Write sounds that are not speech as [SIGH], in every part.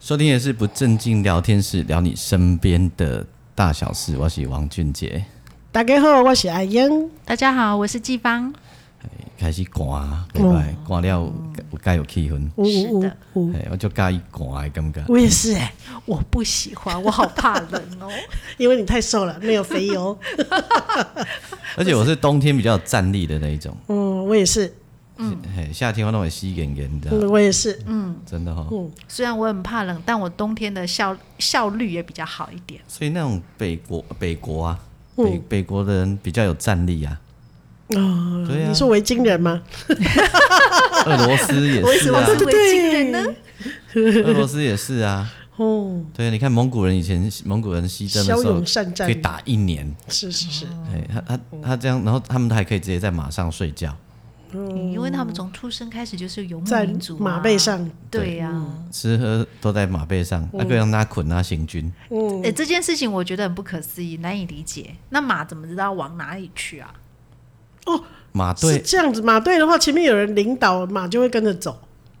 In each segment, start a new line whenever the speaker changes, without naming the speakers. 收听也是不正经聊天室，聊你身边的大小事。我是王俊杰，
大家好，我是阿英。
大家好，我是季芳。
开始寒，对吧？
嗯
寒了有有该有气氛，
呜
是
呜呜
的
呜，
哎，我就介意寒的感觉。
我也是哎、
我不喜欢，我好怕冷哦。 [LAUGHS]
因为你太瘦了，没有肥 [LAUGHS] 油。
而且我是冬天比较有站立的那一种，
嗯，我也是，
嘿，夏天我都会吸眼眼的，
嗯嗯，我嗯也是。
真的哈。
虽然我很怕冷，但我冬天的效效率也比较好一点。
所以那种北国北国啊，
嗯
北北国的人比较有战力
[LAUGHS]
啊，
哦，
对啊
你是维京人吗？
俄罗斯也
为
是
什么
啊
是，维京人呢？
俄罗斯也是啊。
哦，
对，你看蒙古人以前蒙古人西征的
骁
时候
勇，善战
可以，打一年，
是是是，
哎，他他他这样，然后他们还可以直接在马上睡觉，
嗯因为他们从出生开始就是游牧
在
民族、啊，
马背。上，
对啊呀、
吃喝都在马背上，啊，可以让他捆啊行军，
嗯
哎、这件事情我觉得很不可思议，难以理解。那马怎么知道往哪里去啊？
马
是
队
这样子。马队的话，前面有人领导，马就会跟着走。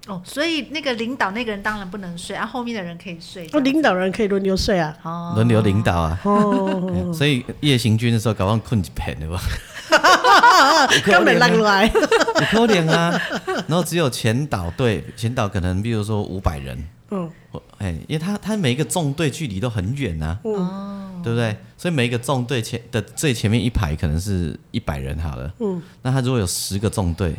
哦，所以那个领导那个人当然不能睡，啊，后面的人可以睡。
哦，领导人可以轮流睡啊。
哦，
轮流领导啊。
哦，
哎所以夜行军的时候，搞忘困一片对吧？
啊根本浪来。 [LAUGHS]
有可能啊。然后只有前导队，前导可能比如说五百人，
嗯，
我哎、因为他他每一个纵队距离都很远啊，哦，对不对？所以每一个纵队前的最前面一排可能是一百人好了，嗯，那他如果有十个纵队，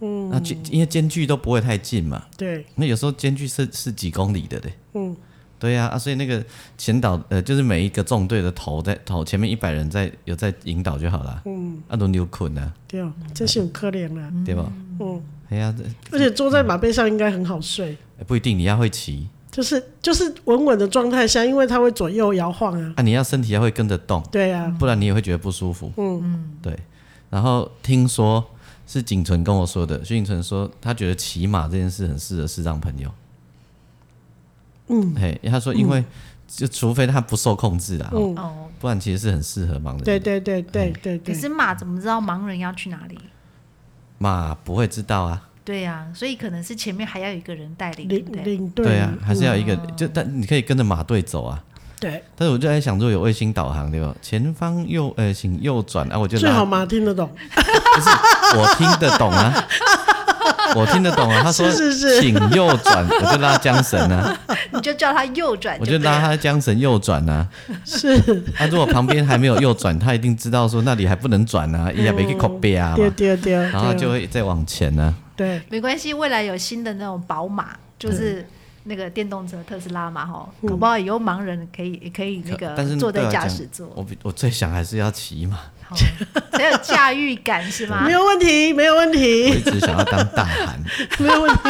嗯，那间因为间距都不会太近嘛，
对，
那有时候间距是是几公里的嘞，
嗯，
对呀、啊，所以那个前导呃，就是每一个纵队的头在头前面一百人在有在引导就好了，嗯，啊轮流捆啊，
对哦，真是有可怜啊。
对吧？
嗯，
哎呀、这
而且坐在马背上应该很好睡，
哎不一定你要会骑，
就是就是稳稳的状态下，因为它会左右摇晃啊。
啊你要身体要会跟着动，
对啊，
不然你也会觉得不舒服。嗯嗯，对。然后听说是景纯跟我说的，徐景纯说他觉得骑马这件事很适合视障朋友。嗯，嘿，他说因为、就除非他不受控制啦，
嗯，
哦，
不然其实是很适合盲人。
对，对对对对
嗯可
对，
是马怎么知道盲人要去哪里？
马不会知道啊，
对呀、所以可能是前面还要有一个人带领，对
领
不对？
领队
对啊，还是要一个、就但你可以跟着马队走啊。
对，
但是我就在想，如果有卫星导航，对吧？前方右呃，请右转啊，我就
最
拉
好嘛听得
[LAUGHS]
懂，
不是，我听得
[LAUGHS]
懂啊，我听得懂啊。他说，
是是是
请右
[LAUGHS]
转，我就拉缰绳啊，
你就叫他右转
我
对
就
了
拉他缰绳右转啊。
是，
他、如果旁边还没有右转，他一定知道说那里还不能转啊，也没去靠边
嗯
啊
对
嘛，
对对，
然后他
对
就会再往前啊呢、
对，
没关系，未来有新的那种宝马，就是那个电动车特斯拉嘛，哈，
嗯
搞不好以后盲人可以也可以那
但
个
是
坐
对
在
我来
驾
讲
驶座，
我比我最想还是要骑嘛，
好才有驾驭感是吗
没？有问题，没有问
我 [LAUGHS]
题，
一直想要当大韩，
没有问题，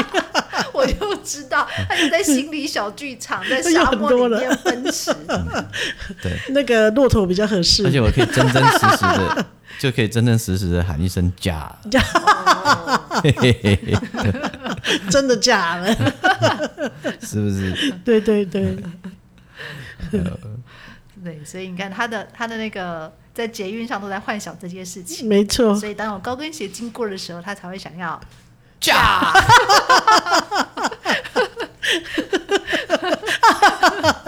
我就知道他就在心理小剧场，在沙
[LAUGHS] 有很
漠
多
里
了
面奔驰。
对，
那个骆驼比较合
而
适，
且我可以真真实实的，就可以真真实实的喊一声“假”，嘿嘿嘿嘿
真的假的？
[LAUGHS] 是不是？
对对对，
对，所以你看他的他的那个在捷运上都在幻想这些事情，
没错，
所以当有高跟鞋经过的时候，他才会想要。
[LAUGHS]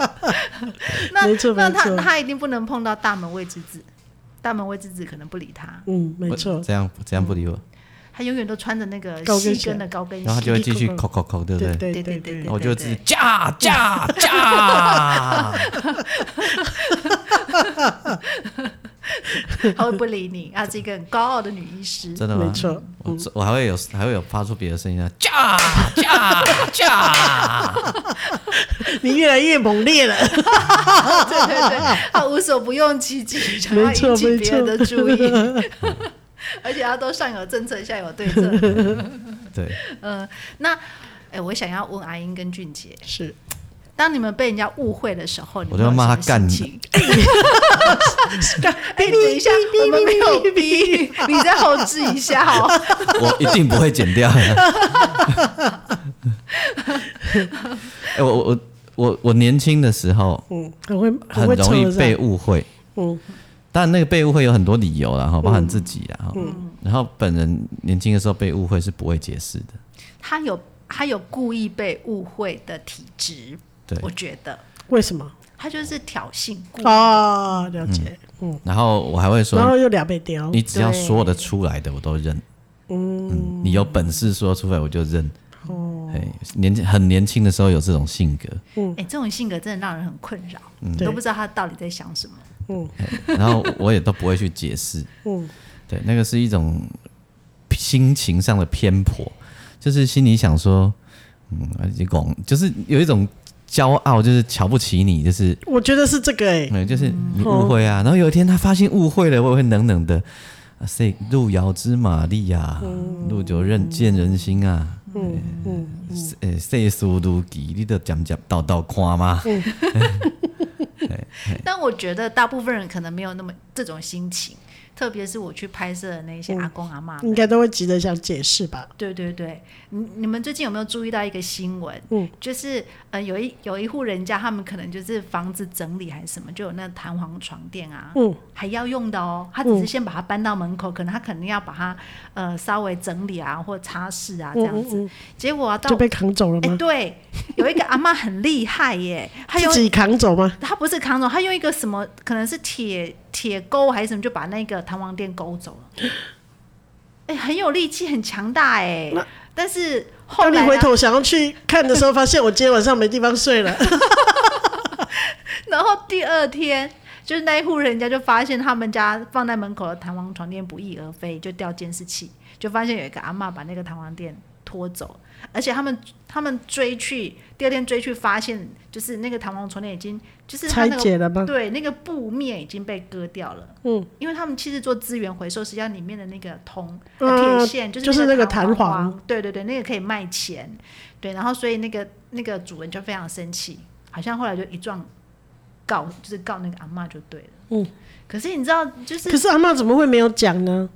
那
没错
那
没
他
错
他一定不能碰到大门未知子，大门未知子可能不理他，
嗯，没
我
错，
这样这样不理我，
他永远都穿着那个
高跟鞋
细跟的高跟
然后他
鞋。
就会继续扣扣扣，对不
对
对？
对
对对
对
对
对
对，
我就自己
对
驾驾驾，
他会不理你，她是一个很高傲的女医师。
真的吗？
没错，
我我还会有还会有发出别的声音啊，驾驾驾，
你越来越猛烈了，
对对对，他无所不用其极，想要
没错
引起别人
没错
的注意， [LAUGHS] 而且他都上有政策，下有对策。
对，
嗯，那哎、哎，我想要问阿英跟俊杰，
是
当你们被人家误会的时候，你
我
们
都要骂他干
有什么心情 [LAUGHS] 哎，等一下，我们没有逼，你再后置一下哦。 [LAUGHS]
我一定不会剪掉的。哎、我我我我年轻的时候
嗯，很会
很
会抽
容易
这
被
样，
误会，
嗯
当然那个被误会有很多理由啦，哈，包含自己啦，哈、
嗯
然后本人年轻的时候被误会是不会解释的，
他有他有故意被误会的体质，
对
我觉得
为什么？
他就是挑衅故意。
哦，了解，嗯，
然后我还会
然后
说，
又两倍雕，
你只要说得出来的我都认，嗯，你有本事说出来我就认。哦，年轻很年轻的时候有这种性格，
哎，这种性格真的让人很困扰，
嗯
你
对
都不知道他到底在想什么。
然后我也都不会去解释。
[LAUGHS] 嗯
对，那个是一种心情上的偏颇，就是心里想说，嗯，你拱，就是有一种骄傲，就是瞧不起你，就是
我觉得是这个哎，
嗯，就是你误会
哦
啊。然后有一天他发现误会了，我也会冷冷的。啊塞，路遥知马力啊，路久任见人心啊。
嗯嗯，
诶，世事如棋，你都讲讲道道看嘛。
嗯
但我觉得大部分人可能没有那么这种心情，特别是我去拍摄的那些阿公阿妈。
应该都会急着想解释吧？
对对对，你你们最近有没有注意到一个新闻？
嗯，
就是呃，有一有一户人家，他们可能就是房子整理还是什么，就有那弹簧床垫啊，
嗯，
还要用的哦。他只是先把它搬到门口，可能他肯定要把它呃稍微整理啊，或擦拭啊这样子。
嗯
结果啊，到
就被扛走了
哎、
吗？
对，有一个阿妈很厉害耶，她用
自己扛走吗？
他不是扛走，他用一个什么，可能是铁铁钩还是什么，就把那个弹簧垫勾走
[GASPS]
了。哎、很有力气，很强大哎、但是后
当你
来、
回
啊，
头想要去看的时候，发现我今天晚上没地方睡了。
[LAUGHS] 然后第二天，就是那一户人家就发现他们家放在门口的弹簧床垫不翼而飞，就掉监视器，就发现有一个阿嬷把那个弹簧垫拖走，而且他们他们追去，第二天追去发现，就是那个弹簧床垫已经 [LAUGHS] 就是它
拆
那个
解了吗？
对，那个布面已经被割掉了。
嗯，
因为他们其实做资源回收，实际上里面的那个铜、
嗯
呃铁线
就是是那个
弹
弹
簧，对对对，那个可以卖钱。对，然后所以那个那个主人就非常生气，好像后来就一状告，就是告那个阿嬷就对了。
嗯，
可是你知道，就是
可是阿妈怎么会没有讲呢？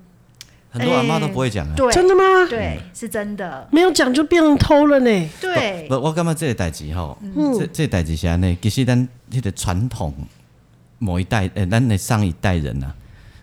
很多阿妈都不会讲啊。
对
真的吗？
对是真的，
没有讲就变成偷了呢。
对嗯
不，我感觉这个代志吼，这
嗯
这个代志是安尼，其实咱迄个传统某一代，诶、咱的上一代人啊，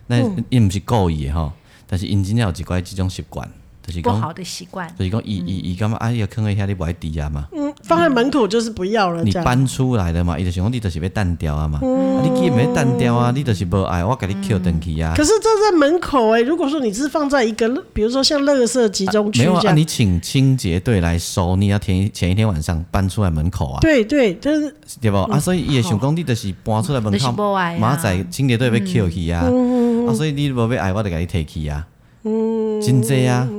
咱
嗯
因毋是故意的吼，但是因真正有一寡即种习惯，就是
不
讲，
好的嗯习惯。
就是讲，伊伊伊感觉啊，伊坑一遐你不爱挃啊嘛，
嗯，放在门口就是不要了，
你
这样。
搬出来了嘛，伊就想讲你就是要淡掉啊嘛，
嗯
啊你既然要淡掉啊，你就是无爱，我给你扣回去啊。
可是这在门口哎、如果说你是放在一个，比如说像垃圾集中区
没有
这
啊，
样，
你请清洁队来收，你要前一前一天晚上搬出来门口啊，
对嗯对，但是
对不？啊，所以伊会想讲你就是搬出来门
就是
口，
不
哎
爱啊
马仔清洁队要扣去啊，
嗯
啊，所以你无要爱我就甲你摕去啊，真济啊，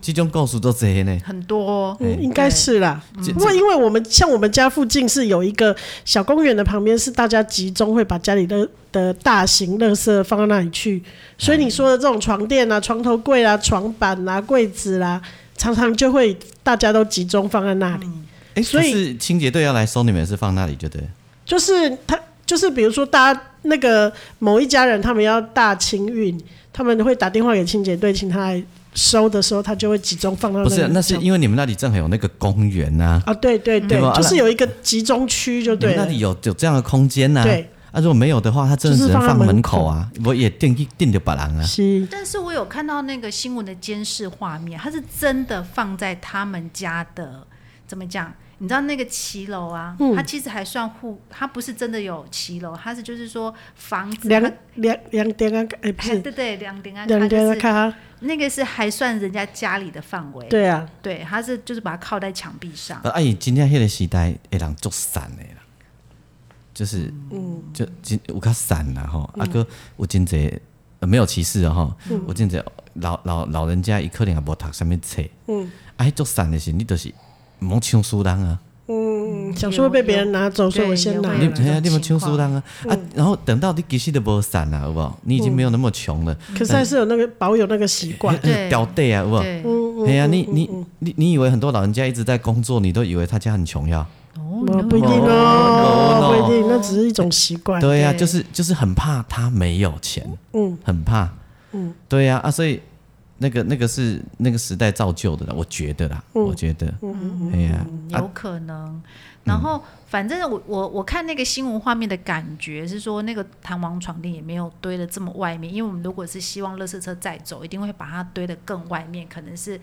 即种故事都济呢，
很多哦、
嗯应该是啦。
哎嗯这
不过因为我们像我们家附近是有一个小公园的旁边是大家集中会把家里的的大型垃圾放到那里去，所以你说的这种床垫啊、床头柜啊、床板啊、柜子啦、常常就会大家都集中放在那里。
哎，
所
所
以
以清洁队要来收你们也是放那里就对了，
就是他，就是比如说大家那个某一家人，他们要大清运，他们会打电话给清洁队，请他来收的时候，他就会集中放到
不是
个
啊，那是
角
因为你们那里正好有那个公园呐，
啊，对对对
对吧，
就是有一个集中区就
你
对
们那
了，
里有有这样的空间呐，
对，
啊，如果没有的话，他真的
就是
只能
放在
放
门
门口啊，我也定一定着别人啊，
是
但是我有看到那个新闻的监视画面，它是真的放在他们家的，怎么讲？你知道那个骑楼啊，
嗯
它其实还算户，它不是真的有骑楼，它是就是说房子
两
它
两两点啊，哎，不
哎
[LAUGHS] 是
对对，两顶啊，它
两点
就
啊，
是
看
那个是还算人家家里的范围，
对啊，
对，它是就是把它靠在墙壁上，
啊，伊真正迄个时代会人足散的啦，就是，就真有较散啦吼，啊哥有真侪、呃没有歧视哦吼，有真侪老老老人家伊可能也无读啥物册，嗯，啊，迄足散的是你就是毋好抢输人啊，
嗯想说会被别人拿走，
有
所以我先拿
有。
你
有这种
哎呀你们
情
抢
况
输人啊，啊，然后等到你其实都无散啦，有无？你已经没有那么穷了，
可是还是有那个保有那个习惯，
对
掉底啊，有无？
对，
嗯
哎呀、你你你你以为很多老人家一直在工作，你都以为他家很穷呀？
哦
我不一定
哦
哦，
no
不一定，那只是一种习惯。
对呀、
对
就是就是很怕他没有钱，
嗯，
很怕，嗯，对呀啊所以那个那个是那个时代造就的啦，我觉得啦，
嗯
我觉得，哎呀、啊，
嗯有可能。然后，反正我我我看那个新闻画面的感觉是说，那个弹簧床垫也没有堆的这么外面，因为我们如果是希望垃圾车载走，一定会把它堆的更外面，可能是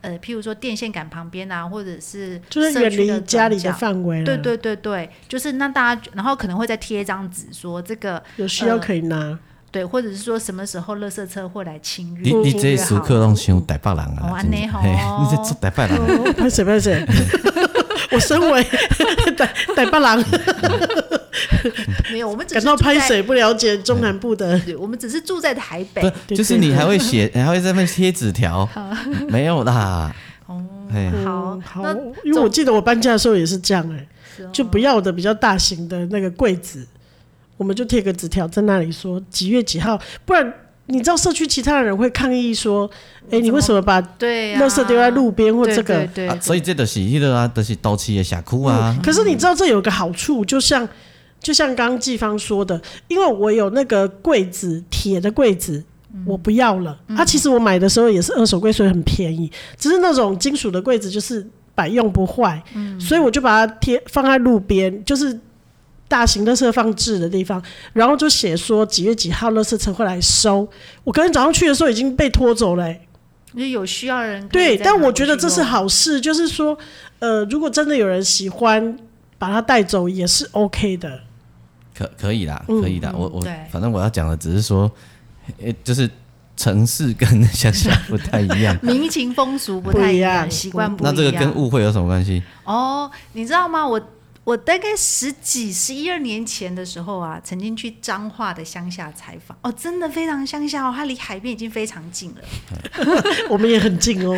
呃，譬如说电线杆旁边啊，或者是呃
就是
社
远
区
离家里
转
的
角
范围了。
对，对对对，就是那大家，然后可能会再贴一张纸说这个
有需要
呃
可以拿。
对，或者是说什么时候垃圾车会来清运。
你你这
熟
时刻拢像台北人啊，
哦
真的
安尼吼
嘿你这做台北人，啊
哦拍谁拍谁？我身为逮逮巴郎，
没有，我们只
感
是
到
住
拍
在
谁不了解中南部的
对我们只是住在台北
不。
对
就是你还会写，还会在那边贴纸条， [LAUGHS] 没有啦，
哦
哎，
好，
嗯好
那，
因为我记得我搬家的时候也是这样哎、
是哦
就不要的比较大型的那个柜子，我们就贴个纸条在那里说几月几号，不然你知道社区其他的人会抗议说，哎、你为什么把
哦对呀、
垃圾丢在路边或
对
这个？
对对嗯
啊所以这就是迄个啊，就是都市的社区啊，
可是你知道这有个好处，就像就像刚刚季芳说的，因为我有那个柜子，铁的柜子。我不要了。啊，其实我买的时候也是二手柜，所以很便宜。只是那种金属的柜子就是百用不坏，所以我就把它贴放在路边，就是大型垃圾放置的地方，然后就写说几月几号垃圾车会来收。我隔天早上去的时候已经被拖走了、欸
就有需要的人可以
对，
再
但
拿
我
回
觉得
去
这是
用
好事，就是说，呃，如果真的有人喜欢，把它带走也是 OK 的。
可可以啦，可以啦，
嗯
我我
对，
反正我要讲的只是说，呃，就是城市跟乡下不太一样
民情风俗不
不
太
一
一样，
样
习惯不一
那
样。
这个跟误会有什么关系？
哦，你知道吗？我我大概十几、十一二年前的时候啊，曾经去彰化的乡下采访。哦，真的非常乡下哦，它离海边已经非常近了。
我们也很近哦，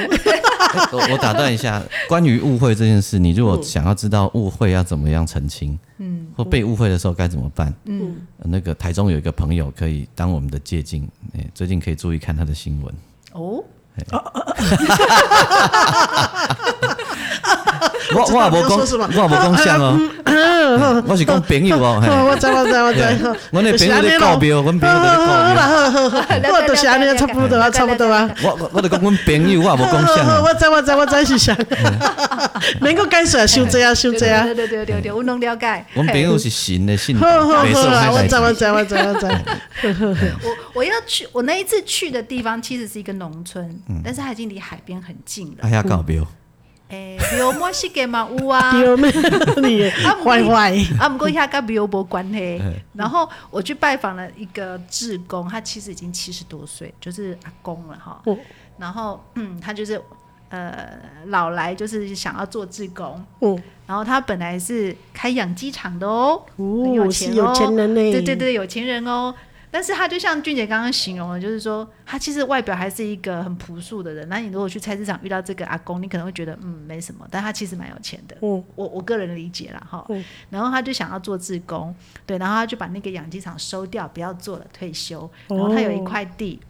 我我打断一下，关于误会这件事，你如果想要知道误会要怎么样澄清，嗯，或被误会的时候该怎么办，嗯，那个台中有一个朋友可以当我们的借鉴，哎、最近可以注意看他的新
[LAUGHS]
闻。
哦，
知道
我我
你
无
要
讲，
说什么
我无讲相哦，
[LAUGHS]
嘿我是讲朋友哦，嘿
哦我知我知我知
对，我那朋友在告
别，
标，我朋友在告标。
我就是安尼，差不多啊，差不多啊。
我我我就讲阮朋友，我也无讲啥
哦 [LAUGHS]
啊。
我知我知我知是想，能够解释修这样修
对
这
对
样
对。对对对对，我能了解。
阮朋友是神的信徒，
好好
白
好
色
啦，我
海
知
代
我
志。
知我知我知。
我我要去，我那一次去的地方其实是一个农村，但是它已经离海边很近了
哎。呀，告标，
诶，有墨西哥嘛有啊，
丢妹，你
啊不
坏坏。
啊，不过他跟旅游无关系。然后我去拜访了一个志工，他其实已经七十多岁，就是阿公了哈
嗯。
然后嗯，他就是呃老来就是想要做志工，
嗯，
然后他本来是开养鸡场的哦，很有
哦，是
钱
有
哦，
钱人呢。
对对对，有钱人哦。但是他就像俊姐刚刚形容的，就是说他其实外表还是一个很朴素的人。那你如果去菜市场遇到这个阿公，你可能会觉得嗯没什么，但他其实蛮有钱的。
嗯
我我个人理解啦哈。
嗯
然后他就想要做志工，对，然后他就把那个养鸡场收掉，不要做了，退休。然后他有一
哦
块地。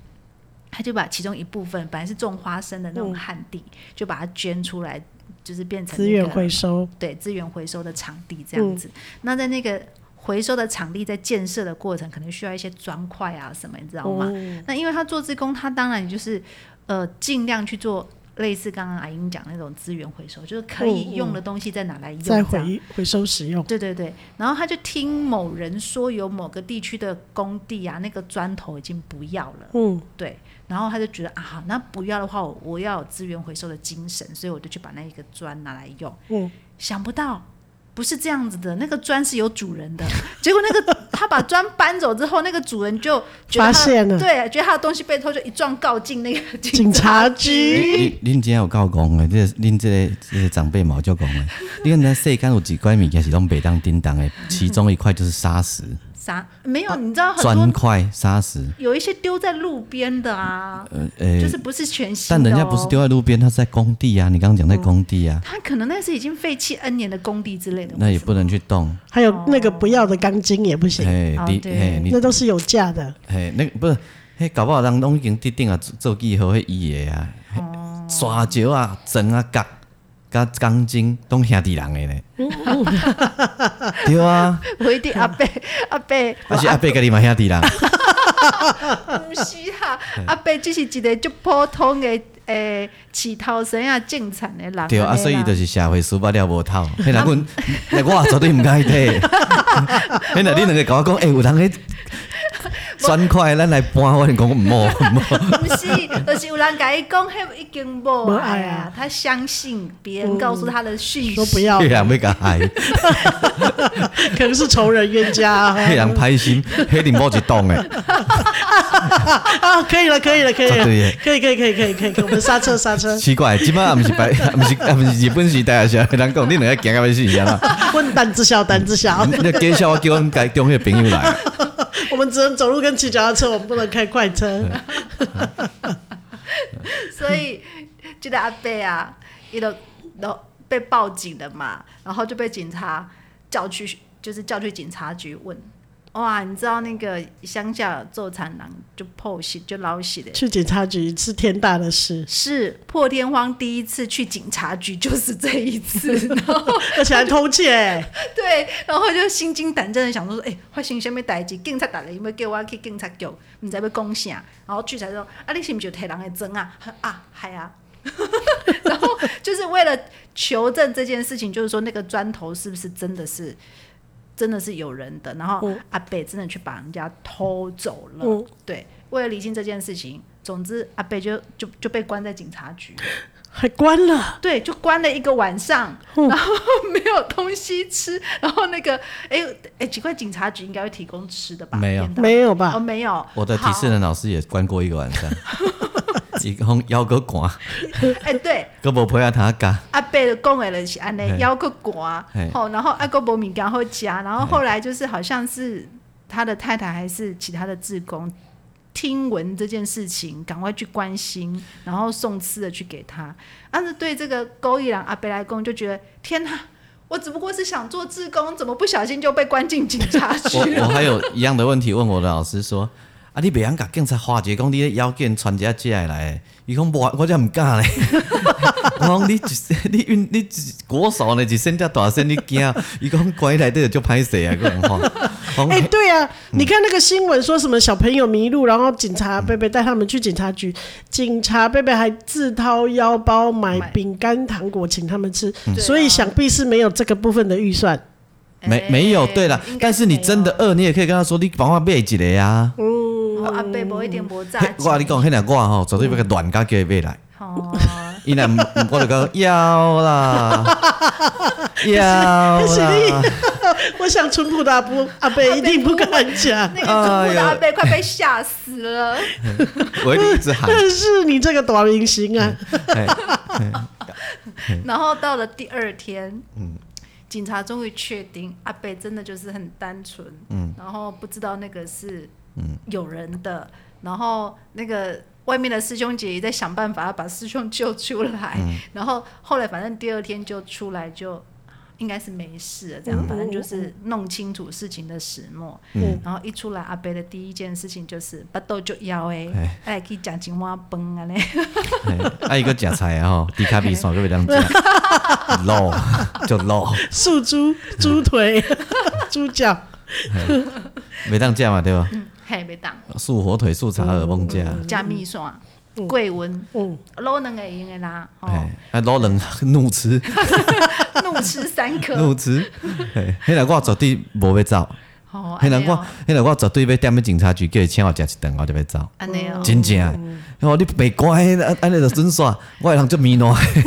他就把其中一部分本来是种花生的那种旱地，就把它捐出来，就是变成
资
那
源
个
回收。嗯
对资源回收的场地这样子。那在那个回收的场地在建设的过程，可能需要一些砖块啊什么，你知道吗？
哦
那因为他做志工，他当然就是呃尽量去做类似刚刚阿英讲那种资源回收，就是可
嗯
以
嗯
用的东西再拿来用，
再
这样
回回收使用。
对对对，然后他就听某人说有某个地区的工地啊，那个砖头已经不要了，
嗯，
对，然后他就觉得啊，好那不要的话，我我要有资源回收的精神，所以我就去把那一个砖拿来用。
嗯，
想不到不是这样子的，那个砖是有主人的。结果那个他把砖搬走之后，那个主人就觉得他
发现了
对，觉得他的东西被偷，就一状告进那个
警察
恁
局。
恁真的有够戆的，这恁这个这个长辈毛就戆的。你看咱世间有几块物件是拢袂当叮当的，其中一块就是砂石，
啥没
啊
有，你知道很
砖
多
块砂石。
有一些丢在路边的啊，
呃呃
就是不是全新
但
的、哦。
人家不是丢在路边，他是在工地啊。你刚刚讲在工地啊，
他可能那是已经废弃 N 年的工地之类的，
那也不能去动。
还有那个不要的钢筋也不行，
哎
哦，
你
对
哎你
那都是有价的。
嘿，那个不是，嘿，搞不好人拢已经决定啊，做做记号迄伊个啊，嘿刷石啊、砖啊、角、甲钢筋，拢兄弟人的呢。对啊，
我一定
[LAUGHS]
阿伯阿伯，
而且阿伯跟你嘛兄弟人，
不是
[LAUGHS]
啊，阿伯只是一个足普通的诶，乞头神啊，种田的人。
对啊，啊
安尼
所以
啦
就是社会输捌了无 [LAUGHS] 透。迄若阮，那我绝对毋敢去 [LAUGHS] 睇。迄若你两个甲我讲，欸诶，有
[LAUGHS]
人咧砖块，咱来搬，我就讲毋好
[LAUGHS]
毋好。
不是，就是有人甲伊讲，迄已经无
没
爱
爱
啊
啊，
他相信别人告诉他的讯息。
说不要
迄，人要甲
哦
害。
可能是仇人冤家啊
迄人歹心，迄林某一动
[LAUGHS]
诶，
[LAUGHS]
啊！可以了，可以了，可以了，
啊绝对耶。
可以，可以，可以，可以，可以，可以我们刹车，刹车
[LAUGHS] 奇怪，即摆毋是白，毋是毋是日本时代啊，是啊，人讲你两个惊到要死是
[LAUGHS]
啊啦，
问胆子小，胆子小，
你介绍我叫阮家中迄朋
[LAUGHS]
友来，
我们只能走路跟骑脚踏车，我们不能开快车。
嗯
所以这个阿伯啊，伊就都被报警了嘛，然后就被警察叫去，就是叫去警察局问。哇，你知道那个乡下做产郎就破戏就老戏的，
去警察局是天大的事，
是破天荒第一次去警察局就是这一次， [LAUGHS] 然后
而且还偷窃、
对，然后就心惊胆战的想说，哎、发生什么代志？警察打来，有没有叫我去警察局？唔知要讲啥？然后去才说，啊，你是不是有摕人的针啊？啊，嗨啊！ [LAUGHS] 然后就是为了求证这件事情，就是说那个砖头是不是真的是真的是有人的？然后
嗯
阿北真的去把人家偷走了。
嗯
对，为了理清这件事情，总之阿北就就就被关在警察局。
[LAUGHS] 还关了。
对，就关了一个晚上，
嗯
然后没有东西吃，然后那个，哎哎，奇怪，警察局应该会提供吃的吧？
没有
便当
没有
哦，
吧？
没有。
我的提示人老师也关过一个晚
[LAUGHS]
上，一封腰个寒，
好，哎，对，
个无陪阿他教，
阿伯就啊讲的就是安尼，
嘿
腰个寒
嘿，
吼，然后阿哥无物件好食，然后后来就是好像是他的太太还是其他的职工。听闻这件事情，赶快去关心，然后送吃的去给他。但是对这个勾一郎阿贝来公就觉得，天哪，我只不过是想做志工，怎么不小心就被关进警察
[LAUGHS]
局
我我
了？
还有一样的问题问我的老师说。啊！你袂晓甲警察化解，讲你咧腰间穿只遮啊来的，伊讲无，我才毋敢咧。 [LAUGHS] 我讲你一你运你一国手呢，一身遮大身，你惊？伊讲关内底就歹势啊，个人吼。我讲
哎、对啊，你看那个新闻说什么小朋友迷路，然后警察贝贝带他们去警察局，警察贝贝还自掏腰包买
买
饼干糖果请他们吃，
对啊
所以想必是没有这个部分的预算。
没没有，对了
哎，应该
但是你
没有
真的饿，你也可以跟他说，你帮我买一个呀、啊。
哦阿伯无一定无炸
嘿
鸡。
我跟你讲，迄两我吼，绝对要个乱家叫伊买来。
哦，
伊若唔，我就讲
[LAUGHS]
要啦，要啦。
我想淳朴的阿
[LAUGHS]
布阿贝一定不敢讲，
那个中部的阿伯快被吓死了。
我一直一直喊，
但是你这个大明星啊，
嘿
嗯
然后到了第二天，警察终于确定阿北真的就是很单纯，
嗯
然后不知道那个是有人的，然后那个外面的师兄姐也在想办法要把师兄救出来，
嗯
然后后来反正第二天就出来就。应该是没事了，这样、
嗯
反正就是弄清楚事情的始末。
嗯
然后一出来，阿北的第一件事情就是巴豆就腰
嘿
哎，哎，去讲青蛙崩啊嘞。
嘿啊伊个食菜
[LAUGHS]
啊吼，猪卡比线个袂当食，卤就卤，
素猪猪腿、 [LAUGHS] 猪脚，
袂当食嘛对吧？
嗯， [LAUGHS] 嘿，没当。
素火腿、素茶耳蒙食，
加蜜蒜、桂文，
[LAUGHS] 嗯，
老两个用的啦，吼， [LAUGHS]
嘿，啊老人 [LAUGHS] 怒吃，
怒吃三
[LAUGHS]
颗，
怒吃，嘿，迄两我绝对无要走。
[LAUGHS] 吼，
迄人我，迄人我绝对要踮咧警察局叫伊请我食一顿，我就要走。
安尼哦，
真正的，哦，你袂乖，安安尼就准煞，我的人足迷烂。 [LAUGHS]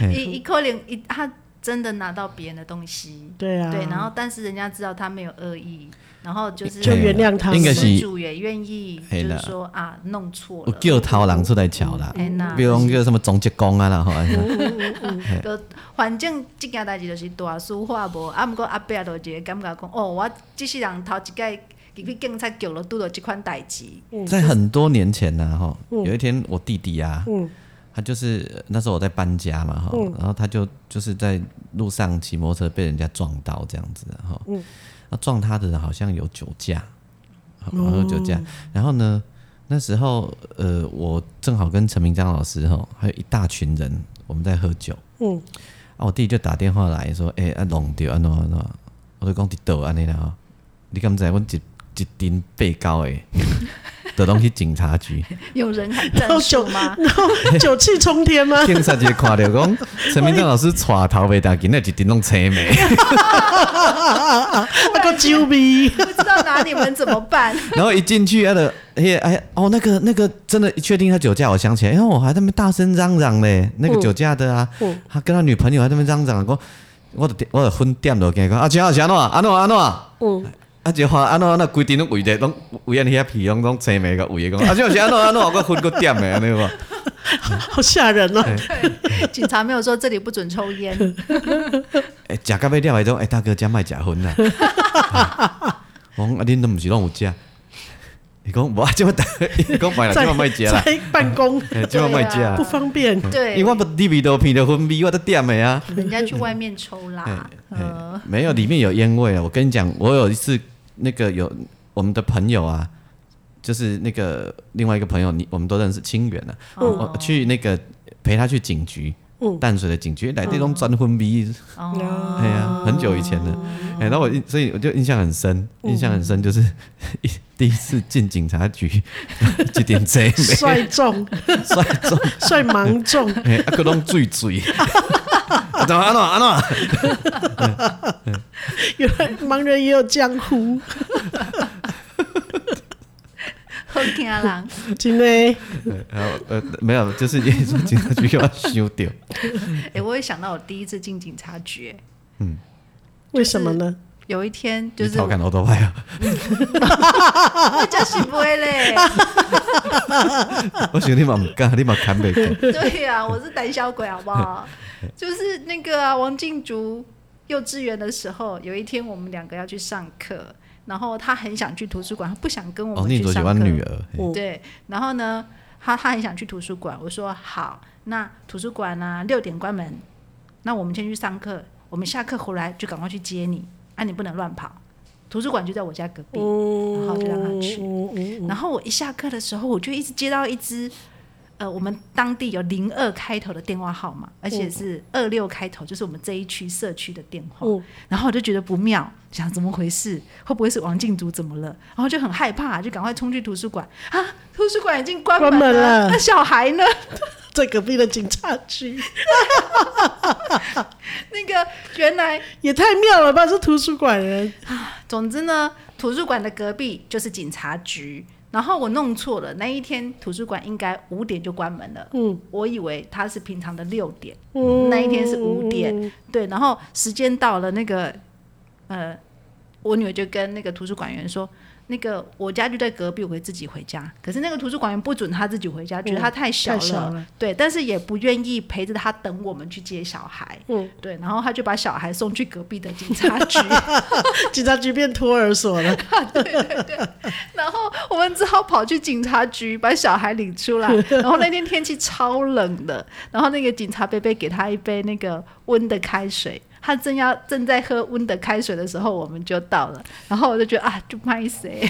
嗯
伊伊可能伊他真的拿到别人的东西，
对啊，
对，然后但是人家知道他没有恶意，然后就是
就原谅他
应该
失
是
主也愿意，就
嘿啦
是说啊，弄错
有
了，
叫头人出来瞧啦，
哎那
比如讲叫什么总结工
[LAUGHS]
啊啦，吼，安尼
就反正即件代志就是大事化无，啊，毋过阿伯就一个感觉讲，哦，我即世人头一届入去警察局了，拄到即款代志，
在很多年前呢，哈，有一天我弟弟啊，他就是呃那时候我在搬家嘛，哈，然后他就就是在路上骑摩托车被人家撞到这样子，啊哈，那撞他的人好像有酒驾，好有酒驾，然后呢，那时候呃，我正好跟陈明章老师哈，还有一大群人，我们在喝酒。
嗯，
啊，我弟就打电话来说，哎、啊弄掉安怎安怎样，我就讲伫倒安尼啦吼。你敢知阮一一顶被告诶，就拢去警察局，
用人海战术吗？
[LAUGHS] 然后酒气冲天吗？
警察局看着讲，陈明章老师带头袂大紧，那一顶拢青眉。
那啊个酒味，
不知道拿你们怎么办？ [LAUGHS]
然后一进去，他的哎哎哦，那个那个真的，一确定他酒驾，我想起来，因、为我哎还在那边大声嚷嚷嘞，那个酒驾的啊，
嗯
他跟他女朋友还在那边嚷嚷，我我的我的婚店都跟他讲，啊，钱啊钱啊，安怎安怎，啊
嗯，
就话安怎安怎，规定拢围着，拢围安遐皮，拢拢青眉个围的讲，啊钱啊钱安怎安怎，我婚个店的安尼个，
[LAUGHS] 好吓人哦！
警察没有说这里不准抽烟，
哎，食到尾了，迄种，哎大哥，这卖食婚
[LAUGHS]
啦，我讲啊，恁都毋是拢有食，伊讲无啊，即么大，
[LAUGHS]
伊讲买啦，即
在
么卖食啦，
在办公
哎，即么卖食
对啊
啦
不。方便，
对，
嗯因为我不里面都闻到熏味，我都点的啊。
人家去外面抽啦。
嘿
嗯
呃，
没有，里面有烟味啊！我跟你讲，我有一次那个有我们的朋友啊，就是那个另外一个朋友，你我们都认识清远啊，我去那个陪他去警局，
嗯
淡水的警局，来这种专昏逼，
哦，
哎呀、很久以
[LAUGHS]
前的。哎、然后我印，所以我就印象很深，
嗯
印象很深就是 [LAUGHS] 一第一次进警察局， [LAUGHS] 一点贼没
率众
帅中，
率盲众，
哎、啊，个拢醉醉，啊，怎么安怎安怎？
原来盲人也有江湖，
喝天啊郎，
真的。
然后呃没有，就是因为说警察局要修掉，
哎，我也想到我第一次进警察局，哎
为什么呢？
有一天就
你
是
逃赶欧多派啊！
[LAUGHS] 我叫喜不会嘞，
我想你嘛唔干，你嘛砍袂过，
对呀、我是胆小鬼，好不
[LAUGHS]
好？就是那个、啊、王静竹幼稚园的时候，有一天我们两个要去上课，然后他很想去图书馆，他不想跟我
王
们
定
去
哦卓喜
上
欢
课。
女儿，
[LAUGHS]
嘿
嗯
对，然后呢，他他很想去图书馆，我说好，那图书馆啊六点关门，那我们先去上课，我们下课回来就赶快去接你，啊你不能乱跑，图书馆就在我家隔壁，
哦
然后就让他去。然后我一下课的时候，我就一直接到一支，呃，我们当地有零二开头的电话号码，而且是二六开头，就是我们这一区社区的电话。
嗯
然后我就觉得不妙，想怎么回事？会不会是王静竹怎么了？然后就很害怕，就赶快冲去图书馆啊！图书馆已经关门
关门了
那小孩呢？
在隔壁的警察局，
那个原来
也太妙了吧！这图书馆人，
总之呢，图书馆的隔壁就是警察局。然后我弄错了，那一天图书馆应该五点就关门了。
嗯，
我以为它是平常的六点，
嗯
那一天是五点，对。然后时间到了，那个呃，我女儿就跟那个图书馆员说，那个我家就在隔壁，我可以自己回家。可是那个图书馆员不准她自己回家，觉得她太小
嗯太
了，
小了
对，但是也不愿意陪着她等我们去接小孩，
嗯，
对。然后她就把小孩送去隔壁的警察局。
警察局变托儿所了。 [LAUGHS]
然后我们只好跑去警察局把小孩领出来。然后那天天气超冷的，然后那个警察贝贝给他一杯那个温的开水。他正要正在喝温的开水的时候，我们就到了，然后我就觉得啊，就拍谁？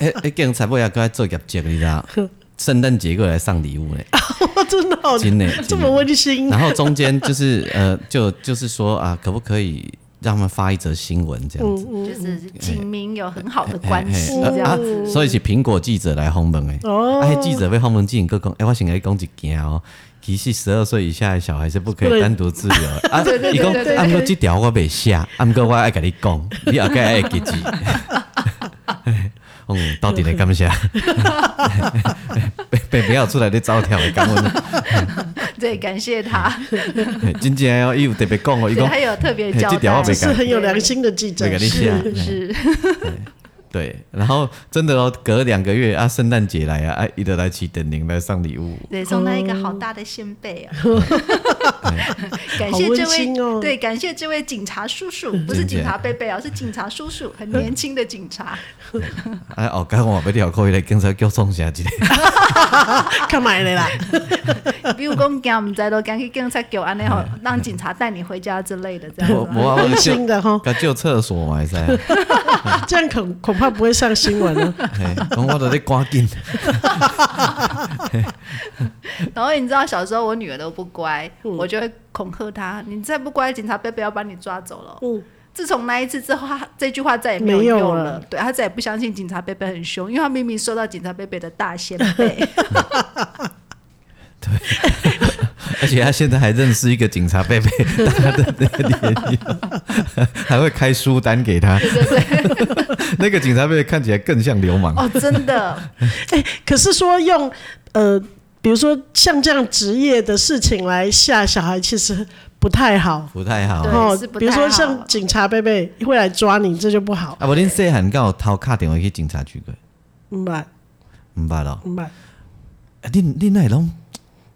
哎哎，警察不要过来做业绩，你知道？
[LAUGHS]
圣诞节过来上礼物嘞，
哇，真的好，
真的
这么温馨。
然后中间就是呃，就就是说啊，可不可以让他们发一则新闻这样子？
就是警民有很好的
嘿
关系，
嘿
这
啊
样。
啊所以是苹果记者来访问诶，
哦
啊，那记者被访问进，佮讲，哎，我先来讲一件哦。其实十二岁以下的小孩是不可
不
以
能
单独自由的啊！
对对
伊讲
对对，
啊，毋过这条我袂写，啊，毋过我爱甲你讲，你后盖爱记住。嗯，到底来干么啥？被被不要出来咧招条的感恩，
对，感谢他，
嘿真正哦，伊有特别讲哦，伊
对
讲
他有特别
嘿
交
这点
代
我，没
是很有良心的记者
没，给你
是
写
是是，
对，然后真的哦，隔两个月啊，圣诞节来啊，啊，伊就来起等您来上礼物，
对，送他一个好大的仙
[LAUGHS]
贝哦。感
好
谢这
温
位、
馨哦嗯
对，感谢这位警察叔叔，不是警察贝贝哦，是警察叔叔，很年轻的警察。
哦啊，后盖我被条可以来警察叫送下一个，
看买了啦，
比如讲惊唔知都惊去警察局安尼吼，
嗯
让警察带你回家之类的这样
[LAUGHS] 我
子。
我我
温
就
馨的哈，
甲救厕所嘛，会使啊，
这样恐恐怕不会上新闻了。
嘿讲我都咧赶紧，
然后你知道小时候我女儿都不乖，
嗯
我就会恐吓她：你再不乖，警察贝贝要把你抓走了。
嗯，
自从那一次之后，她这句话再也没有
没有
用
了
了。对她再也不相信警察贝贝很凶，因为她明明受到警察贝贝的大先
[LAUGHS]
辈。
而且他现在还认识一个警察贝贝， [LAUGHS] 他的那个联谊，还会开书单给他。
对对对，
那个警察贝贝看起来更像流氓，
哦，真的，
可是说用呃，比如说像这样职业的事情来吓小孩，其实不太好。
不太好啊
对。
哦
是不
比如
太
说
好
像警察贝贝会来抓你，这就不好。
啊，无恁细汉敢有偷敲电话去警察局过，
唔买
毋捌咯。
唔买，
啊恁恁那拢，
嗯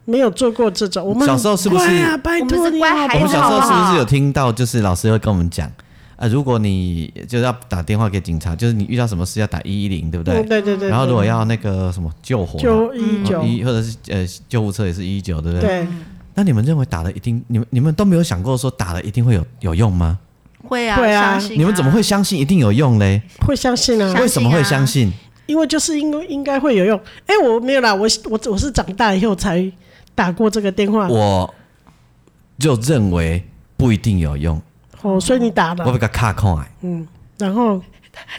没有做过这种。我们
小时候是不是
很乖啊？拜
我
托
们是
你
乖
好不
孩
好
我
子
们小时候是
好
不是有听到，就是老师会跟我们讲啊，如果你就是要打电话给警察，就是你遇到什么事要打一一零，对不对
嗯？对对对。
然后如果
对
要那个什么救火啊，
九一九
哦，一或者是呃救护车也是一一九，对不对？
对，
那你们认为打了一定，你们你们都没有想过说打了一定会有有用吗？
会啊，
会啊
相信、啊。
你们怎么会？相信一定有用嘞？
会相信啊
相信，啊
为什么会相信？
因为就是应该应该会有用。哎，我没有啦，我我我是长大以后才打过这个电话，
我就认为不一定有用，
哦，所以你打
我
了，
被他卡空哎。
然后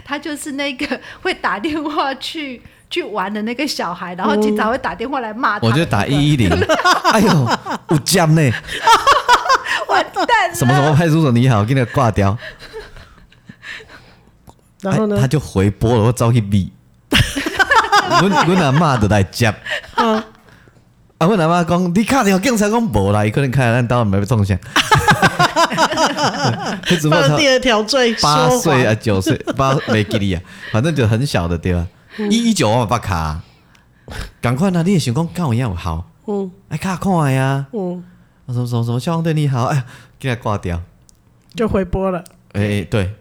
他就是那个 [LAUGHS] 会打电话去去玩的那个小孩，然后警察会打电话来骂他、
哦我就打一一零，哎呦，有降呢，
完蛋了，
什么什么派出所你好，给你挂掉，
然后
哎他
呢？
就回拨了，我走
[LAUGHS]
去比，阮阮阿嬷就来接，
啊，
啊，阮阿嬷讲，你卡掉警察讲无啦，伊可能开咱刀没
[LAUGHS]
被冲下，他只不
犯了
过他
第二条罪，
八
说
岁
谎
啊，九岁八没给你啊，反正就很小的对吧？一一九我把卡，赶快啊，你也想讲跟我一样有好，
嗯
哎卡看下呀，
嗯，
啊什么什么什么消防队你好，哎呀，给他挂掉，
就回拨了，
哎、对。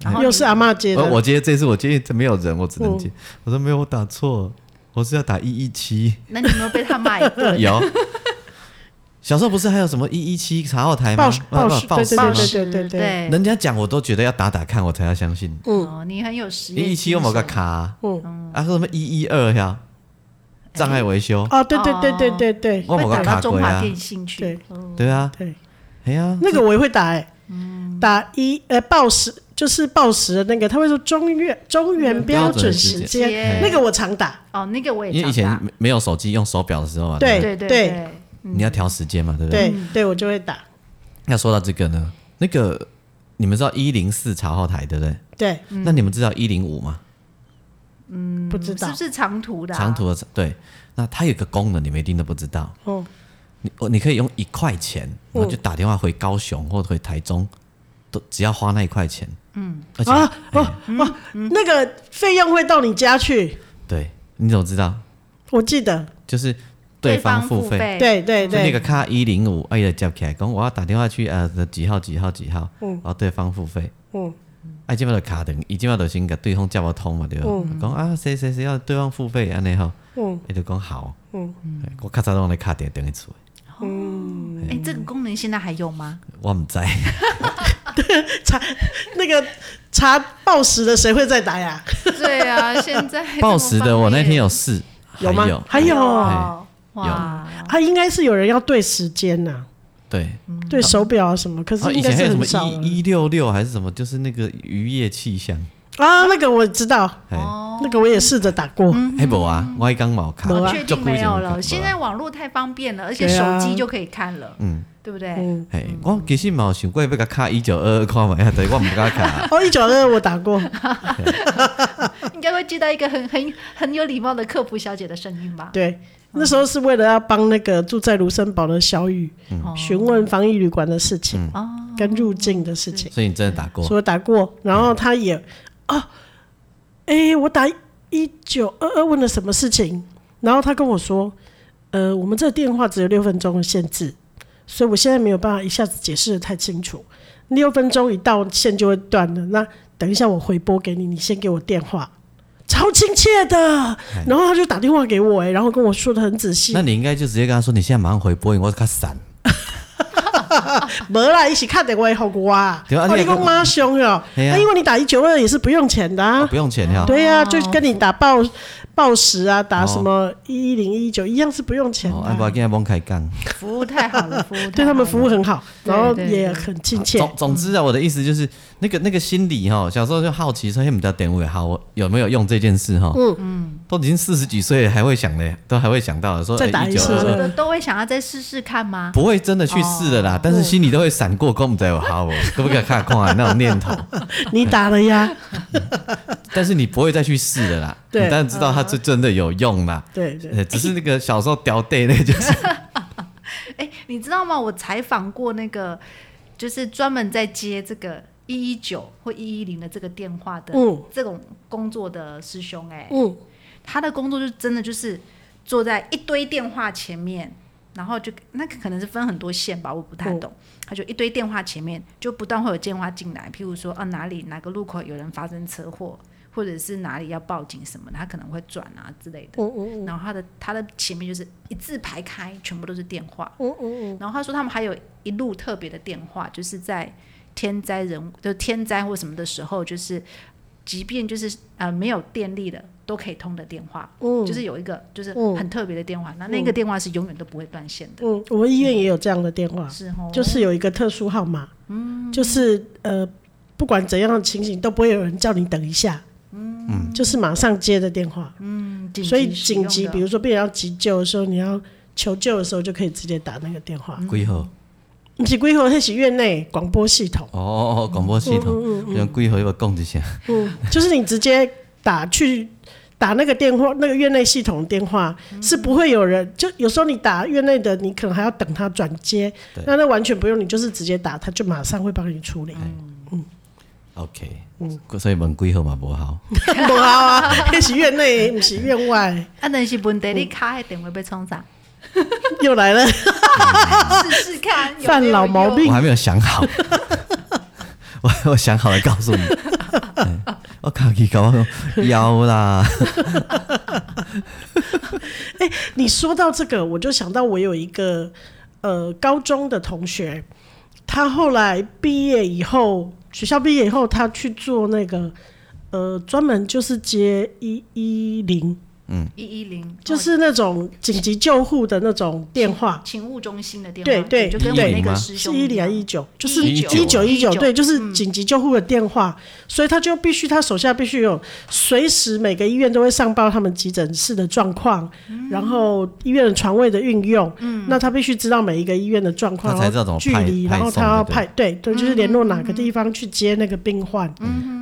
然后
又是阿嬷接
呃我
的，嗯
我接这次我接这没有人，我只能接。我说没有，我打错，我是要打一一七。
那你有没有被他骂一
[LAUGHS]
呃
顿？
有，小时候不是还有什么一一七查号台吗
报时？
啊
报时
报时
对对？对对
吗
对
对，
人家讲我都觉得要打打看，我才要相信。
哦，你很有实验
一一七
精
有某个
神
卡啊，
嗯
啊说什么一一二呀，障碍维修，
哦，对对对对对对
我某
会打
个
到
卡
中
鬼
华
啊，
电信去
对，
嗯
对啊，
对，
哎呀，
那个我也会打哎，
嗯
打一呃报时就是报时的那个，他会说中原中原标准时
标准时间
间，那个我常打，
哦，那个我也
因为以
常打
前没没有手机用手表的时候嘛，
对
不
对对
对
对，
你要调时间嘛，对不对？
对
嗯
对，我就会打，
那说到这个呢，那个你们知道一零四查号台对不对？
对，
那你们知道一零五吗？
不知
嗯是
道
不，是长途的啊？
长途的对，那它有一个功能，你们一定都不知道。
哦，
你哦你可以用一块钱，然后就打电话回高雄或回台中，都只要花那一块钱。嗯，而且、
啊
哎
哦哦，
嗯
那个费用会到你家去，
对，你怎么知道？
我记得，
就是
对
方
付
费。
费，
对对
就那
对
个，卡一零五，哎呀，接起来，讲我要打电话去呃几号几号几号，然后对方付费，
嗯，
哎，即摆就卡等，伊即摆就先甲对方接无通嘛，对吧？讲啊谁谁谁要对方付费，安尼吼，
嗯
伊就讲好，嗯，我较早拢咧卡点等伊厝，
哎，这个功能现在还有吗？
我毋知，
那个查报时的谁会再打呀？
对啊，现在这么
[LAUGHS]
哎
报时的我那天有事，
有
还
吗
有？哎
还有哦，
方便哇，
啊，应该是有人要对时间呐，
对，
对手表啊什么，可
然后
是
哦以
应该
前还
是
有什么
很少了
一一六六还是什么，就是那个渔业气象，
啊。那个我知道，
哎，
哦
那个我也试着打过，
哎无啊，我刚冇卡，
没
我
啊
确
足
定
久以
没
前
有
卡
了。现
没啊
在网络太方便了，而且
对
手
啊
机就可以看了，
嗯，
对不对？
嗯，。
嘿，我其实嘛有想过要甲卡一九二二看嘛，但是我毋敢卡
哦，一九二我打过，
应该会接到一个很很很有礼貌的客服小姐的声
[LAUGHS]
音吧？
对。那时候是为了要帮那个住在卢森堡的小雨
嗯
哦
询问防疫旅馆的事情
哦，
跟入境的事情，
所以你真的打过？嗯
所以打过。然后他也哦，哎，我打一九二二问了什么事情，然后他跟我说，呃，我们这个电话只有六分钟的限制，所以我现在没有办法一下子解释的太清楚。六分钟一到线就会断了，那等一下我回拨给你，你先给我电话。超亲切的。然后他就打电话给我、哎，然后跟我说的很仔细
哎那，你应该就直接跟他说，你现在马上回播音，我卡散。
没啦，一起看的我也好过啊。
对啊
哦，
你
你
也跟
讲妈凶哟，
哎呀
啊因为你打一九二也是不用钱的
哦
啊。
不用钱哈。
对呀、啊，就跟你打报报时啊，打什么一一零一九一样是不用钱的
哦，安
啊、
爸跟阿翁开杠。
服务太好了，服务太好了
对他们服务很好，
对
然后
对
也
对
很亲切。
总总之啊，我的意思就是，那个那个心理哈，小时候就好奇说，嘿，我们家点位好有没有用这件事哈？嗯嗯，都已经四十几岁了还会想嘞，都还会想到说，哎
再打
一
一次
都
是吧
都都会想要再试试看吗？
不会真的去试的啦，
哦
但是心里都会闪过，公 [LAUGHS] 仔有好哦，可不可以看看啊那种念头，
你打了 [LAUGHS] 呀？
但是你不会再去试的啦。
对
你当然知道它是真的有用啦，
对对，
呃只是那个小时候屌 day 那
[LAUGHS]
个就是
哎、你知道吗？我采访过那个，就是专门在接这个一一九或一一零的这个电话的、
嗯
这种工作的师兄、哎、
嗯，
他的工作就真的就是坐在一堆电话前面，然后就那个可能是分很多线吧，我不太懂。他就一堆电话前面，就不断会有电话进来，譬如说啊哪里哪个路口有人发生车祸，或者是哪里要报警什么的，他可能会转啊之类的。然后他的他的前面就是一字排开，全部都是电话。然后他说他们还有一路特别的电话，就是在天灾人就天灾或什么的时候，就是即便就是呃没有电力了，都可以通的电话，
嗯
就是有一个就是很特别的电话，那、那个电话是永远都不会断线的，
嗯，我们医院也有这样的电话，
是哦，
嗯就是有一个特殊号码，
嗯
就是呃，不管怎样的情形都不会有人叫你等一下，嗯，就是马上接的电话，
嗯紧
所以
使用
紧急，
的
比如说病人要急救的时候，你要求救的时候就可以直接打那个电话。
龟河
不是归后，那是院内广播系统，
哦哦哦，广播系统，用龟河要供一下，
嗯，就是你直接打去。打那个电话，那个院内系统的电话、是不会有人，就有时候你打院内的，你可能还要等他转接
对，
那那完全不用，你就是直接打，他就马上会帮你处理。 [LAUGHS]
OK，所以
嗯
问龟河嘛不好，
无效啊，迄是院内，不是院外。
啊，但是问题
嗯
你卡的电话被冲上，
又来了，
试试看，有没
啊
有
犯老毛病
用
我还没有想 [LAUGHS] 好，我我想好了告诉 [LAUGHS] 你。嗯我卡起搞腰啦，
你说到这个，我就想到我有一个呃高中的同学，他后来毕业以后，学校毕业以后，他去做那个呃专门就是接一一零，
一一零，
就
哦
是那种紧急救护的那种电话，
勤务中心的电话，
对对
就跟我那
110吗
个师
是
兄
一零啊
样
还一九，就是
19
一九一九，嗯
19
对，就是紧急救护的电话，所以他就必须他手下必须有随时每个医院都会上报他们急诊室的状况，然后医院的床位的运用，那他必须知道每一个医院的状况，
他才
然
知道怎
后
么
距
派
离，
派
然后
送
他要
对不对
派对对，就是联络哪个地方去接那个病患，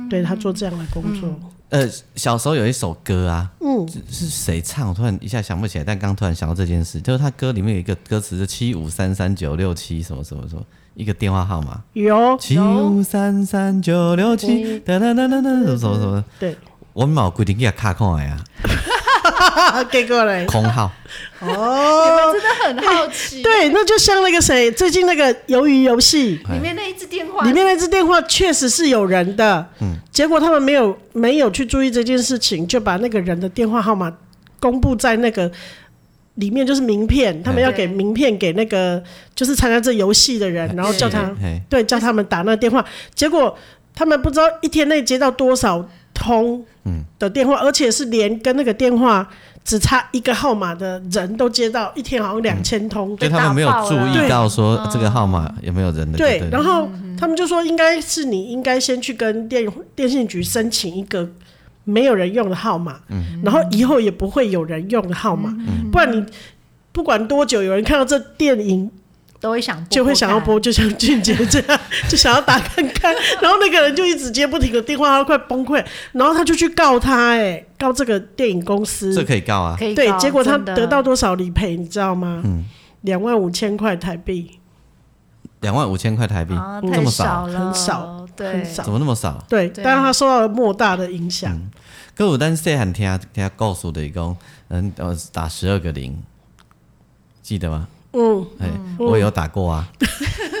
对他做这样的工作，
呃，小时候有一首歌啊，嗯，是谁唱？我突然一下想不起来，但刚突然想到这件事，就是他歌里面有一个歌词是七五三三九六七什么什么什么一个电话号码，
有
七五三三九六七哒哒哒哒哒什么什么什么，
对，
我们有规定给他卡空呀，
啊给过来哦
空号，
你们真的很好奇，
对，那就像那个谁，最近那个鱿鱼游戏。
里面那一支电话
里面那只电话确实是有人的，嗯结果他们没有没有去注意这件事情，就把那个人的电话号码公布在那个里面，就是名片，他们要给
对
名片给那个就是参加这游戏的人，然后叫他
嘿，
对叫他们打那个电话，结果他们不知道一天内接到多少通的电话，而且是连跟那个电话只差一个号码的人都接到，一天好像两千通，
就他们没有注意到说这个号码有没有人的，
对
对，
然后
嗯
他们就说，应该是你应该先去跟电电信局申请一个没有人用的号码，然后以后也不会有人用的号码，
嗯
不然你不管多久，有人看到这电影
都会啊想播
就会想要
看
播，就像俊杰这
[LAUGHS]
样，就想要打看看，然后那个人就一直接不停的电话，他快崩溃，然后他就去告他、哎，告这个电影公司，
这可以告啊，
可以
对
告，
结果他
真的
得到多少理赔，你知道吗？两万五千块台币。
两万五千块台币
啊，，
这
太
么
少
少，
了，
很少，
对，
很少
怎么那么少？
对，
对啊
但是他受到了莫大的影响。
可有咱细汉听听故事的讲，嗯呃嗯
嗯
[LAUGHS]
打十二个零，记得吗？嗯，哎、我也有打过啊，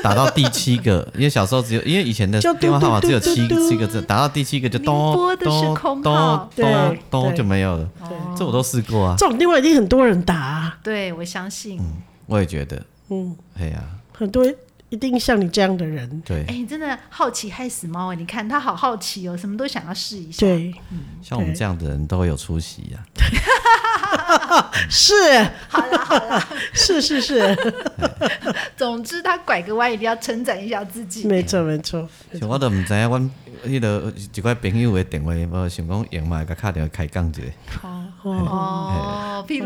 打到第七个，因为小时候只有，因为以前的
就嘟
电话号码只有七
嘟嘟嘟嘟
七个字，打到第七个就
你
咚
拨的是
咚
空号
咚咚
对
咚
对
就没有了。这我都试过啊，
这种电话一定很多人打、啊，
对，我相信。
我也觉得，
嗯，
哎呀，
很多一定像你这样的人，
对
哎、，你真的好奇害死猫哎！你看它好好奇哦，什么都想要试一下。
对，
像我们这样的人都会有出息啊呀。
是，
好啦好啦，
[LAUGHS] 是是
[LAUGHS]
是，
总之它拐个弯一定要称赞一下自己。
没错没错，
像我都毋知影，阮迄个一块朋友的电话，无想讲用嘛，甲敲电话开讲一下。
哦
哦，
哦，譬
嗯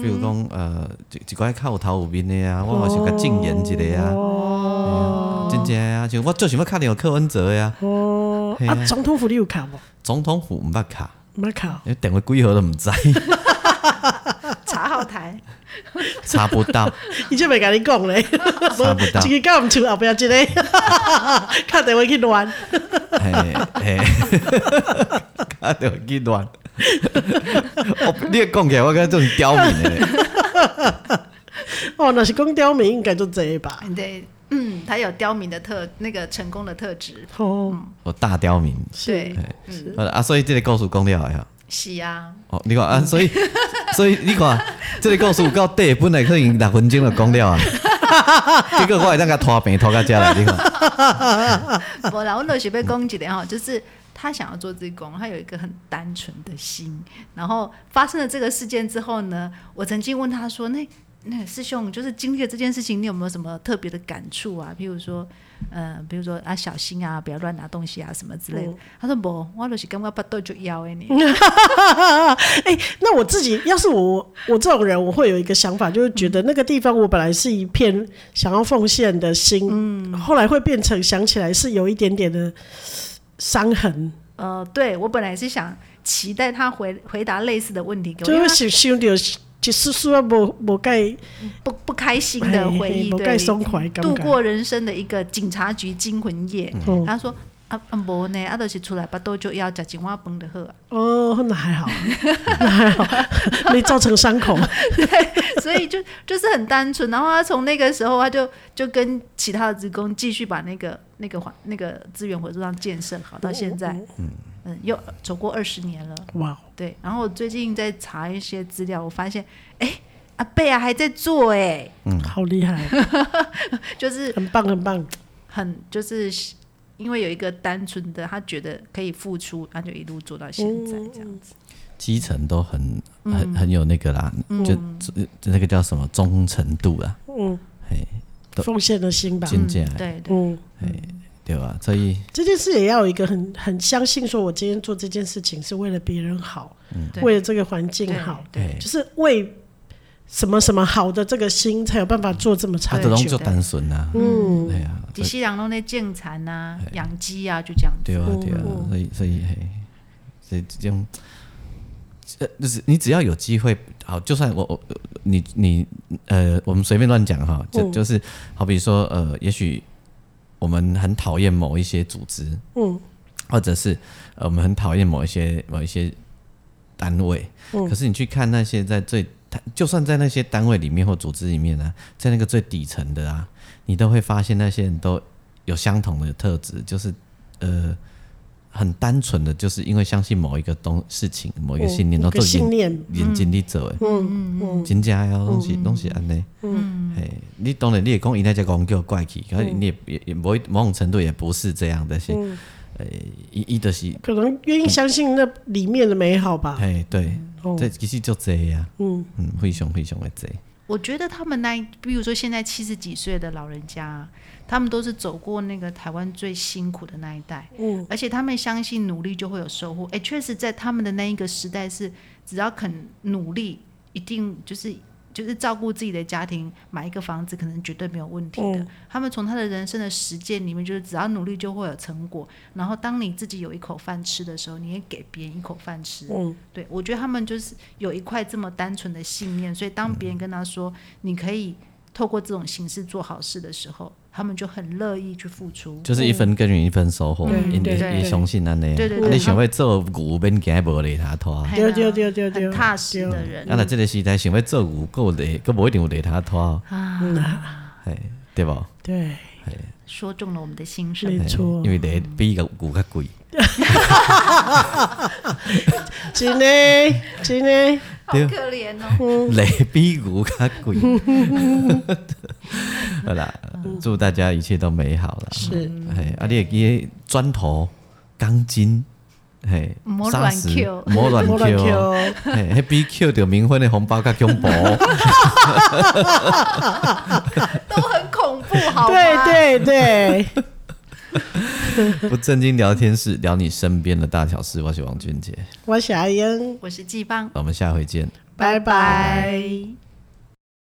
[LAUGHS]
比如
讲，
讲，呃，一一寡较有头有面的啊，我嘛想甲证言一下啊，
哦
真正啊，像我最想要敲电话柯文哲的啊，
哦，
嘿
啊，
啊
总统府你有卡不？
总统府毋捌敲，
没卡，哦
因为电话几号都毋知， [LAUGHS]
茶号台，
查不到， [LAUGHS]
伊就没跟你讲嘞， [LAUGHS]
查不到，
一个搞唔出后边一 [LAUGHS] 个，卡电话去乱，
嘿嘿， [LAUGHS] 敲电话去乱。 [LAUGHS] 哦，你讲起来，我感觉这种刁民的，
哦，那是讲刁民应该就这吧，
哎对，嗯，它有刁民的特那个成功的特质。
哦，
我大刁民。
是
对，
好啦啊，所以这个故事讲了的啊。
是啊，
哦，你看啊，所以 [LAUGHS] 所以你看，这个故事有够短，本来可能六分钟就讲了啊， [LAUGHS] 结果我会当甲拖病拖到遮来，你看，
[LAUGHS] 我啦，我都是被攻击的哈，就是他想要做自工，他有一个很单纯的心。然后发生了这个事件之后呢，我曾经问他说：“那那师兄，就是经历了这件事情，你有没有什么特别的感触啊？譬如说，呃，比如说啊，小心啊，不要乱拿东西啊，什么之类的。他说：“不，我都是感觉不对就要哎你。
[LAUGHS] 哎、那我自己要是我我这种人，我会有一个想法，就是觉得那个地方我本来是一片想要奉献的心，
嗯
后来会变成想起来是有一点点的伤痕，
呃，对我本来是想期待他回回答类似的问题给我，
就
因为
会
他
想想到一丝丝啊，无无盖
不不开心的回忆，
无
对
盖，松快感
度
觉。
过人生的一个警察局惊魂夜。
嗯
他说：“啊啊，无呢，啊，就是出来巴肚就要食一碗饭就好 [LAUGHS] 啊。
哦，那
[LAUGHS]
还好，那还好，没造成伤口。
所以就就是很单纯。然后他从那个时候，他就就跟其他的职工继续把那个那个环那个资源回收站建设
哦
好，到现在，嗯又走过二十年了。
哇，
对，然后我最近在查一些资料，我发现，哎、阿贝啊还在做哎、
好厉害，
就是
很棒很棒。
很就是因为有一个单纯的，他觉得可以付出，他就一路做到现在这样子。
基层都很很很有那个啦，就就那个叫什么忠诚度啊啦，
嗯，
嘿，都
奉献的心吧。
真正的
对对，
嗯，
对吧？所以
这件事也要有一个很很相信，说我今天做这件事情是为了别人好，
嗯
对
为了这个环境好，
对
嘿
就是为什么什么好的这个心，才有办法做这么
他
长
的拢
久
就。单纯啊，
嗯，
对啊，
底西洋弄那建蚕啊、养鸡啊，就这样子。
对啊，
嗯
对啊，所以所以嘿，所以这种，呃，就是你只要有机会，好，就算我我你你呃，我们随便乱讲哈，就、
嗯
就是好比说呃，也许我们很讨厌某一些组织，
嗯，
或者是呃，我们很讨厌某一些某一些单位，
嗯
可是你去看那些在最，他就算在那些单位里面或组织里面啊，在那个最底层的啊，你都会发现那些人都有相同的特质，就是呃。很单纯的，就是因为相信某一个东事情、某一个信念，
有
然后
嗯个
都
信
眼
念，
眼睛里走诶，
嗯嗯
真正的哦拢是拢是安尼。嗯，嘿，你当然你也讲伊那只讲叫怪气，可是你也也也某一某种程度也不是这样的，是呃
嗯，
伊伊就是
可能愿意相信那里面的美好吧。
嘿，对，
哦
这其实就这样，
嗯
嗯，非常非常的这，
我觉得他们那一，比如说现在七十几岁的老人家，他们都是走过那个台湾最辛苦的那一代，
嗯，
而且他们相信努力就会有收获。哎，确实，在他们的那一个时代是，只要肯努力，一定就是就是照顾自己的家庭，买一个房子可能绝对没有问题的。
嗯
他们从他的人生的实践里面，就是只要努力就会有成果。然后，当你自己有一口饭吃的时候，你也给别人一口饭吃。
嗯，
对，我觉得他们就是有一块这么单纯的信念，所以当别人跟他说、你可以透过这种形式做好事的时候，他们就很乐意去付出。
就是一分耕耘一分收获，
嗯
也
对
对
也也相信安尼。
对对对哎
啊，
对
你想要做牛，免惊无利他拖。啊，
嘿
对
啦
对对对对，
很踏实的人
若这个时代想要做牛，够利，够无一定有利他拖，
啊，
嘿，对无？
对，
嘿
说中了我们的心
没
声
错。
因为第一比个牛较贵，
真的真的，
好可怜哦！
嗯
雷比牛较
[LAUGHS]
贵。好啦，祝大家一切都美好啦。
嗯是
嘿，啊，你会记得砖头、钢筋，嘿，
莫
砂
乱
石
Q
莫乱
莫乱
Q，
Q
[LAUGHS] 嘿，迄比 Q 着冥婚的红包较恐怖。
都很恐怖，好吗？
对对对，
[LAUGHS] 不正经聊天室，聊你身边的大小事。我是王俊杰，
我是阿英，
我是季邦，
我们下回见。
拜拜
拜。